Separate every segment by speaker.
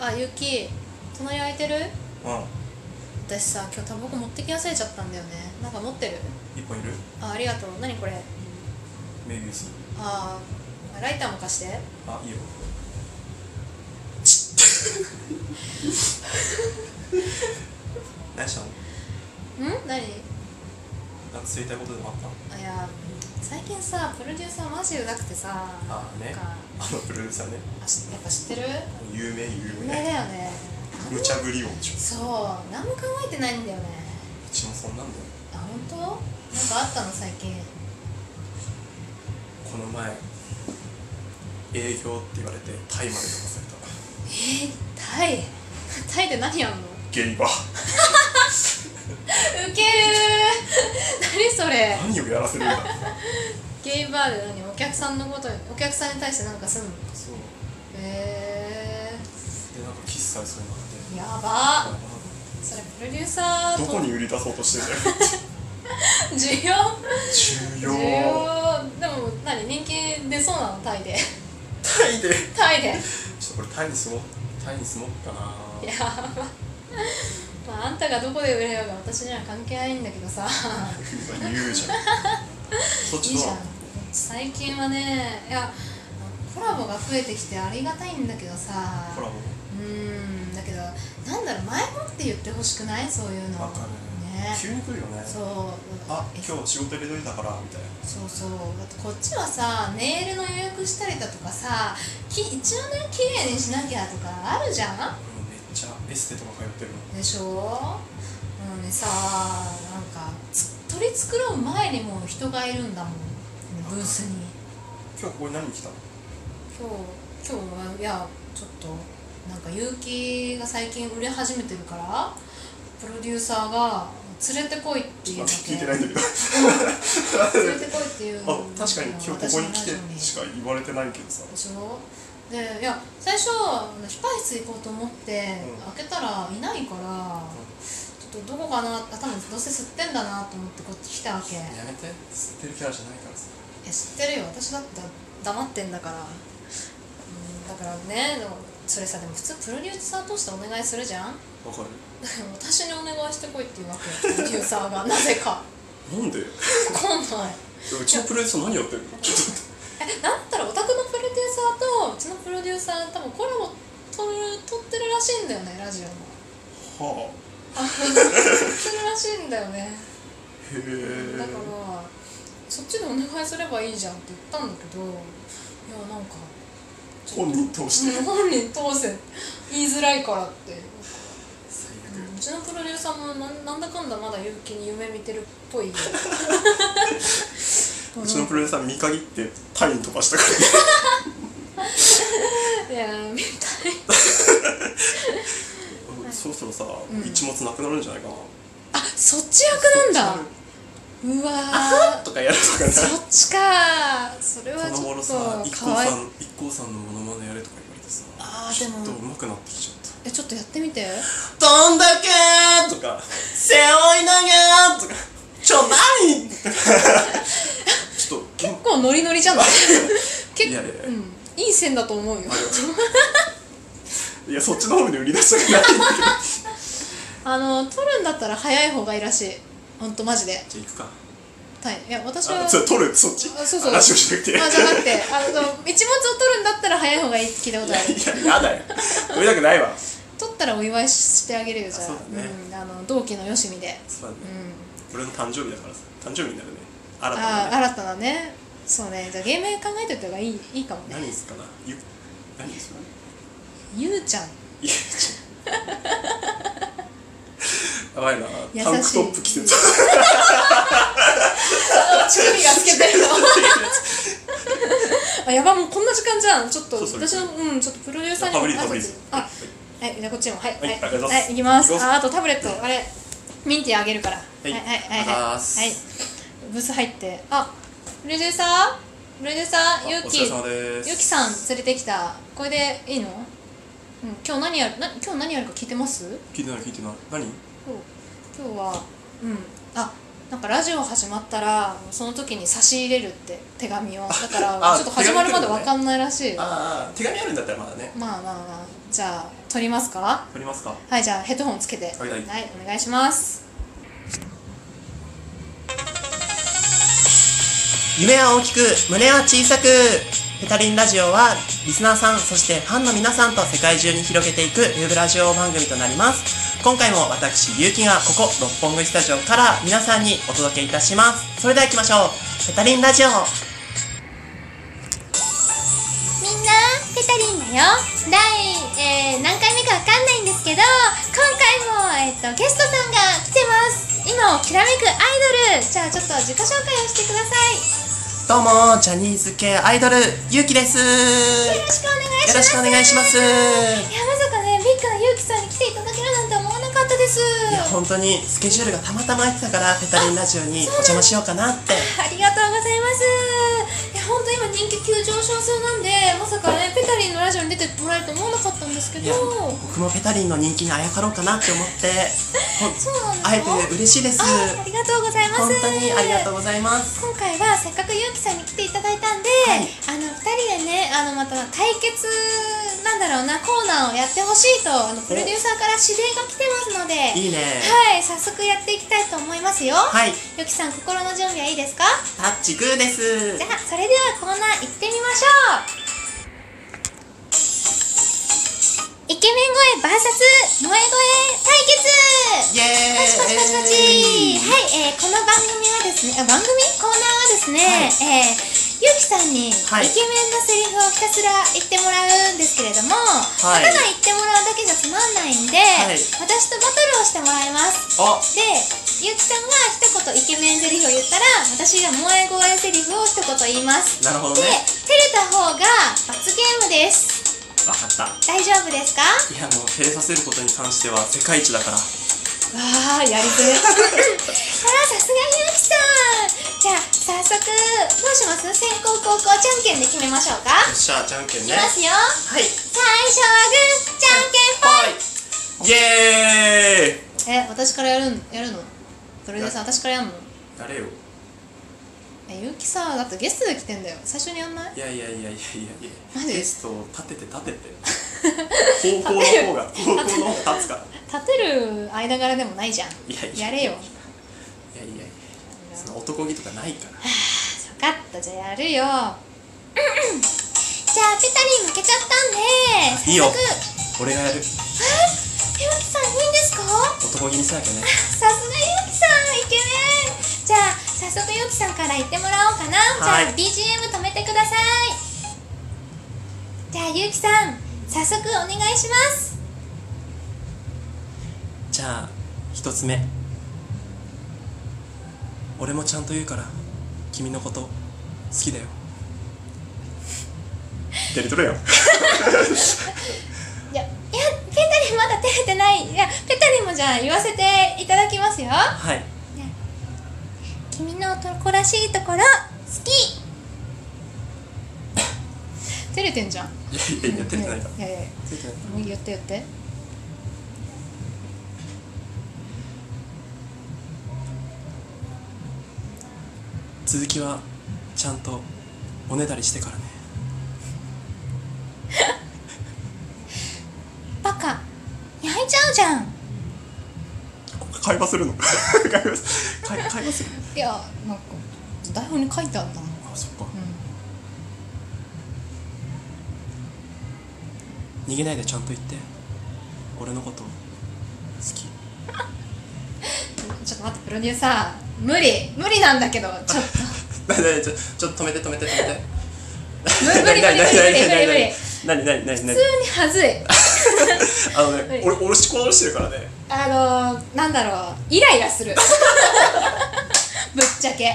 Speaker 1: あゆき隣空いてる
Speaker 2: う
Speaker 1: 私さ今日タバコ持ってき忘れちゃったんだよねなんか持ってる
Speaker 2: ん一本いる
Speaker 1: あありがとう何これ
Speaker 2: メビウス
Speaker 1: あーライターも貸して
Speaker 2: あいいよ何したの
Speaker 1: ん何
Speaker 2: なんか知りたいことでもあった
Speaker 1: あいや最近さプロデューサーマジうざくてさ
Speaker 2: あーね
Speaker 1: なんか
Speaker 2: あのプロデューサーね
Speaker 1: あしやっぱ知ってる
Speaker 2: 有名有
Speaker 1: 有名だよ
Speaker 2: 名
Speaker 1: ね
Speaker 2: 無茶ぶり音でし
Speaker 1: そ
Speaker 2: ょ
Speaker 1: う何も考えてないんだよね
Speaker 2: うちもそんなんだよ
Speaker 1: あ本当なんかあったの最近
Speaker 2: この前営業って言われてタイまで飛ばされた
Speaker 1: えー、タイタイで何やんの
Speaker 2: ゲイバー
Speaker 1: ウケるー 何それ
Speaker 2: 何をやらせるんだ
Speaker 1: ゲイバーで何お客さんのことにお客さんに対して何かすんの
Speaker 2: そう
Speaker 1: へえ
Speaker 2: でなんかキスされそうになって
Speaker 1: ー、やばそれプロデューサー
Speaker 2: ど
Speaker 1: と
Speaker 2: こに売り出そうとしてんだよ
Speaker 1: 需要
Speaker 2: 重要
Speaker 1: 需要でも何人気出そうなのタイで
Speaker 2: タイで
Speaker 1: タイで
Speaker 2: ちょっとこれタイに住もうタイに住もうかな
Speaker 1: やばまああんたがどこで売れようが私には関係ないんだけどさ
Speaker 2: 言 うじゃんそっ
Speaker 1: い
Speaker 2: ち
Speaker 1: い
Speaker 2: どう
Speaker 1: じゃ
Speaker 2: なん
Speaker 1: 最近はねいやコラボが増えてきてありがたいんだけどさ
Speaker 2: コラボ
Speaker 1: うーんだけどなんだろう前もって言ってほしくないそういうの
Speaker 2: わかる
Speaker 1: ね
Speaker 2: 急に来るよね
Speaker 1: そう
Speaker 2: あ
Speaker 1: え
Speaker 2: 今日仕事入れといたからみたいな
Speaker 1: そうそうだってこっちはさネイルの予約したりだとかさき一応ね綺麗にしなきゃとかあるじゃん
Speaker 2: 俺もめっちゃエステとか通ってるの
Speaker 1: でしょなのでさなんかつ取り繕う前にもう人がいるんだもんブースに
Speaker 2: 今日ここに何来たの
Speaker 1: 今日今日はいやちょっとなんか結城が最近売れ始めてるからプロデューサーが連れてこいっていう
Speaker 2: ま
Speaker 1: だ
Speaker 2: あ
Speaker 1: け
Speaker 2: 聞いてないんだけど
Speaker 1: 連れてこいっていう
Speaker 2: あ確かに今日ここに来
Speaker 1: 私のラジオ
Speaker 2: てしか言われてないけどさ
Speaker 1: でしょでいや最初あの控え室行こうと思って、
Speaker 2: うん
Speaker 1: 開けたらいないから、ちょっとどこかなあ多分どうせ吸ってんだなと思ってこっち来たわけい
Speaker 2: やめて吸ってるキャラじゃないからさ
Speaker 1: や知ってるよ私だって黙ってんだから、うん、だからねでもそれさでも普通プロデューサーとしてお願いするじゃんだか
Speaker 2: わかる
Speaker 1: ら私にお願いしてこいっていうわけよプロデューサー がなぜか
Speaker 2: な んでう
Speaker 1: 分かんない
Speaker 2: ちのプロデューサー何やって るのちょっ
Speaker 1: えなんだったらオタクのプロデューサーとうちのプロデューサー多分コラボ撮る撮ってるらしいんだよねラジオの
Speaker 2: とは
Speaker 1: あそれらしいんだよね
Speaker 2: あへえ
Speaker 1: だからそっちでお願いすればいいじゃんって言ったんだけどいやなんか
Speaker 2: 本人通して
Speaker 1: うん本人通せ言いづらいからってう
Speaker 2: 最
Speaker 1: んうちのプロデューサーもなんなんだかんだまだ結城に夢見てるっぽい
Speaker 2: 悪うちのプロデューサー見限ってタイに飛ばしたから
Speaker 1: いやみたい
Speaker 2: そろそろさ、
Speaker 1: ん
Speaker 2: 一物なくなるんじゃないかな
Speaker 1: あそっち役なんだうわー
Speaker 2: とかやるとか ね
Speaker 1: そっちかそれは
Speaker 2: この
Speaker 1: ちょ
Speaker 2: 頃
Speaker 1: っ
Speaker 2: さ
Speaker 1: と
Speaker 2: 一
Speaker 1: か
Speaker 2: 光
Speaker 1: わい
Speaker 2: さん一光さんのモノマネやれとか言われてさ
Speaker 1: あー
Speaker 2: ち
Speaker 1: で
Speaker 2: ょっ
Speaker 1: も
Speaker 2: と上手くなってきちゃっ
Speaker 1: えちょっとやってみて
Speaker 2: たどんだけーとか背負い投げーとかちょ 何とかちょっと結
Speaker 1: 結構ノリノリじゃない結
Speaker 2: いやいや
Speaker 1: 構、うん、いい線だと思うよ
Speaker 2: いやそっちの方で売り出し たくないんだけど
Speaker 1: あの取るんだったら早い方がいいらしいほんとマジで
Speaker 2: じゃあ行くか
Speaker 1: はいいや私は
Speaker 2: あそれ取るそっち
Speaker 1: あそうそう
Speaker 2: 話をしなくて
Speaker 1: あじゃなくてあの一物を取るんだったら早い方がいいって聞いたことあ る
Speaker 2: いややだよ取りたくないわ
Speaker 1: 取ったらお祝いしてあげるよじゃあ
Speaker 2: あそうだね
Speaker 1: うん、あの同期のよしみで
Speaker 2: そうだね
Speaker 1: うん
Speaker 2: 俺の誕生日だからさ誕生日になるね新たな
Speaker 1: あ
Speaker 2: ね
Speaker 1: あ新たなねそうねじゃあ芸名考えておいた方がいいいいかもね
Speaker 2: 何ですかなゆ何ですかね
Speaker 1: ゆうち ゃん
Speaker 2: いやちょやばいな
Speaker 1: 優しい
Speaker 2: タンクトップ着てた
Speaker 1: あ乳首が透けてるの あやばもうこんな時間じゃんちょっと
Speaker 2: そうそう
Speaker 1: 私のうんちょっとプロデューサーに
Speaker 2: タ
Speaker 1: も
Speaker 2: ブリーズ
Speaker 1: あ
Speaker 2: タブリーズ
Speaker 1: あはい、じゃあこっちも、はい、
Speaker 2: はいありがとうございま
Speaker 1: は
Speaker 2: す
Speaker 1: い、行きます。
Speaker 2: 行きます
Speaker 1: あ、あとタブレット、あれ、ミンティーあげるから。はいはい、はい、はい、
Speaker 2: ありがとうございます
Speaker 1: はい。ブース入って、あ、プロデューサー、プロデューサー、ゆ
Speaker 2: お
Speaker 1: う
Speaker 2: 疲
Speaker 1: き、
Speaker 2: れ様で
Speaker 1: ゆう
Speaker 2: す
Speaker 1: きさん連れてきた。これでいいの？うん、今日何やる、な、今日何やるか聞いてます？
Speaker 2: 聞いてない聞いてない
Speaker 1: 今
Speaker 2: 何
Speaker 1: 日今日は、うん、あ、
Speaker 3: なんかラジオ始まったらその時に差し入れるって手紙をだか
Speaker 2: あ
Speaker 3: らちょっと始まるまで分かんないらしい、
Speaker 2: ああ手紙あるんだったらまだね
Speaker 3: まあまあまあじゃあ撮りますか
Speaker 2: 取りますか
Speaker 3: はいじゃあヘッドホンつけて
Speaker 2: はいはい
Speaker 3: お願いします
Speaker 2: 夢は大きく胸は小さくペタリンラジオはリスナーさんそしてファンの皆さんと世界中に広げていくウェブラジオ番組となります今回も私ゆうきがここ六本木スタジオから皆さんにお届けいたしますそれでは行きましょうペタリンラジオ
Speaker 1: みんなペタリンだよ第、えー何回目かわかんないんですけど今回も、えっとゲストさんが来てます今をきらめくアイドルじゃあちょっと自己紹介をしてくださいよ
Speaker 2: どうもジャニーズ系アイドルゆうきですよ
Speaker 1: ろしくお願いし
Speaker 2: ろ
Speaker 1: ま
Speaker 2: し
Speaker 1: す
Speaker 2: くお願いします
Speaker 1: いやまさかねビッグなゆうきさんに来ていただけるなんて思わなかったです
Speaker 2: いや本当にスケジュールがたまたま空いてたからペタリンラジオにお邪魔しようかなって
Speaker 1: ありがとうございますいや本当今人気急上昇中なんでまさかねペタリンのラジオに出てもらえると思わなかったんですけど
Speaker 2: いや僕もペタリンの人気にあやかろうかなって思ってほん
Speaker 1: そうなの
Speaker 2: 会えて嬉しいです
Speaker 1: あありがとうございます
Speaker 2: 本当にありがとうございます
Speaker 1: 今回はせっかくゆうきさんに来ていただいたんで、
Speaker 2: はい
Speaker 1: あの2人でねあのまた対決なんだろうなコーナーをやってほしいとあのプロデューサーから指令が来てますので
Speaker 2: いいね
Speaker 1: はい早速やっていきたいと思いますよ、
Speaker 2: はい
Speaker 1: ゆうきさん心の準備はいいですか
Speaker 2: タッチグーです
Speaker 1: じゃあそれではコーナー行ってみましょうイケメン声 VS 萌え声対決
Speaker 2: イエーイ
Speaker 1: パチパチパチパチはい、えーこの番組はですねあ番組コーナーはですね、
Speaker 2: はい
Speaker 1: えーゆうきさんにイケメン
Speaker 2: はい
Speaker 1: のセリフをひたすら言ってもらうんですけれども、
Speaker 2: い
Speaker 1: ただ言ってもらうだけじゃつまんないんで、
Speaker 2: はい
Speaker 1: 私とバトルをしてもらいます
Speaker 2: お
Speaker 1: でゆうきさんが一言イケメンセリフを言ったら私が萌え声セリフを一言言います
Speaker 2: なるほど
Speaker 1: で
Speaker 2: ね
Speaker 1: 照れた方が罰ゲームです
Speaker 2: わかった
Speaker 1: 大丈夫ですか
Speaker 2: いやもう照れさせることに関しては世界一だから
Speaker 3: わあやりづらい
Speaker 1: あーさすがゆうきさんじゃあ早速どうします先攻後攻じゃんけんで決めましょうか
Speaker 2: よっしゃじゃんけん
Speaker 1: いき
Speaker 2: ね
Speaker 1: ますよ
Speaker 2: はい
Speaker 1: 最初はグーじゃんけんぽん
Speaker 2: ぽいイエーイ
Speaker 3: え私からやるんやるのプロデューサー私からやんの
Speaker 2: やれよ
Speaker 3: えゆうきさだってゲストで来てんだよ最初にやんない
Speaker 2: いやいやいやいやいやい
Speaker 3: マ
Speaker 2: や
Speaker 3: ジ
Speaker 2: ゲストを立てて立てて方向の方が方向の方が立つから
Speaker 3: 立てる間柄でもないじゃん
Speaker 2: いやいや
Speaker 3: やれよ
Speaker 2: いやいやいやその男気とかないから
Speaker 3: 分かったじゃあやるよ
Speaker 1: じゃあペタリン負けちゃったんで
Speaker 2: いいよ
Speaker 1: 早速
Speaker 2: 俺がや
Speaker 1: えゆ
Speaker 2: る
Speaker 1: うきさんいいんですか
Speaker 2: 男気見せなきゃね
Speaker 1: さすがゆうきさんイケメンじゃあ早速ゆうきさんから言ってもらおうかな、
Speaker 2: はい
Speaker 1: じゃあ BGM 止めてくださいじゃあゆうきさん早速お願いします
Speaker 2: じゃあ一つ目俺もちゃんと言うから君のこと好きだよ照れとるやん
Speaker 1: いやいやペタリンまだ照れてないいやペタリンもじゃあ言わせていただきますよ
Speaker 2: はい
Speaker 1: 君の男らしいところ好き
Speaker 3: 照れてんじゃん
Speaker 2: いやいやいや照れてないから
Speaker 3: いやいやいや
Speaker 2: 照れてない
Speaker 3: もう言って言って
Speaker 2: 続きはちゃんとおねだりしてからね
Speaker 1: バカ焼いちゃうじゃん
Speaker 2: 会話するの会話す会会話する
Speaker 3: いやなんか台本に書いてあったの
Speaker 2: あそっか
Speaker 3: う
Speaker 2: 逃げないでちゃんと言って俺のこと好き
Speaker 3: んちょっと待ってプロデューサー無理無理なんだけどちょっと
Speaker 2: なになにちょちょっと止めて止めて止めて
Speaker 3: 無理無理無理無理無理無理
Speaker 2: なになになになになになになに
Speaker 3: 普
Speaker 2: なに
Speaker 3: 通にはずい
Speaker 2: あのね
Speaker 3: 無理
Speaker 2: 俺俺しこおしてるからね
Speaker 3: あのー、なんだろうイライラする ぶっちゃけ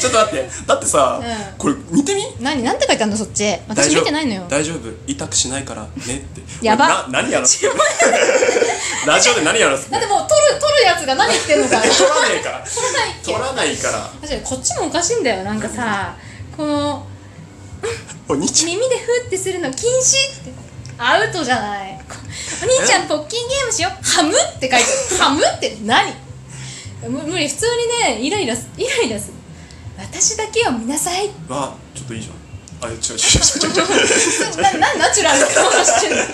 Speaker 2: ちょっと待ってだってさ、
Speaker 3: うん
Speaker 2: これ見てみ
Speaker 3: 何なんて書いてあるのそっち
Speaker 2: 大
Speaker 3: 私
Speaker 2: 丈夫
Speaker 3: 見てないのよ
Speaker 2: 大丈夫痛くしないからねって
Speaker 3: やば
Speaker 2: 俺な何やらせてる ラジオで 何やらせて
Speaker 3: だっ
Speaker 2: る
Speaker 3: てもう取る取るやつが何言ってん のか取
Speaker 2: 取らねえから
Speaker 3: ら ないっけ
Speaker 2: 取らないから
Speaker 3: 確かにこっちもおかしいんだよなんかさこの
Speaker 2: お兄ちゃん
Speaker 3: 耳でフってするの禁止ってアウトじゃないこお兄ちゃんポッキンゲームしようハムって書いてあるハムって何
Speaker 1: む無理普通にねイライラすイライラする私だけを見なさい
Speaker 2: わちょっといいじゃんあ違う違う違う違う違う
Speaker 1: ななナチュラルな顔してるの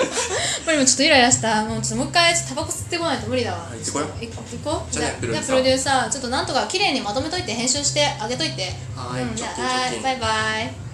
Speaker 1: これもちょっとイライラしたもうちょっともう一回タバコ吸ってこないと無理だわ
Speaker 2: はい行ってこよう
Speaker 1: 行こう
Speaker 2: じゃあね
Speaker 1: じ
Speaker 2: プロ
Speaker 1: ゃ
Speaker 2: デ
Speaker 1: あ
Speaker 2: ューサー
Speaker 1: プロデューサーちょっとなんとか綺麗にまとめといて編集してあげといて
Speaker 2: はい
Speaker 1: うんじゃあ
Speaker 2: ちょっとちょっと
Speaker 1: はいバイバイ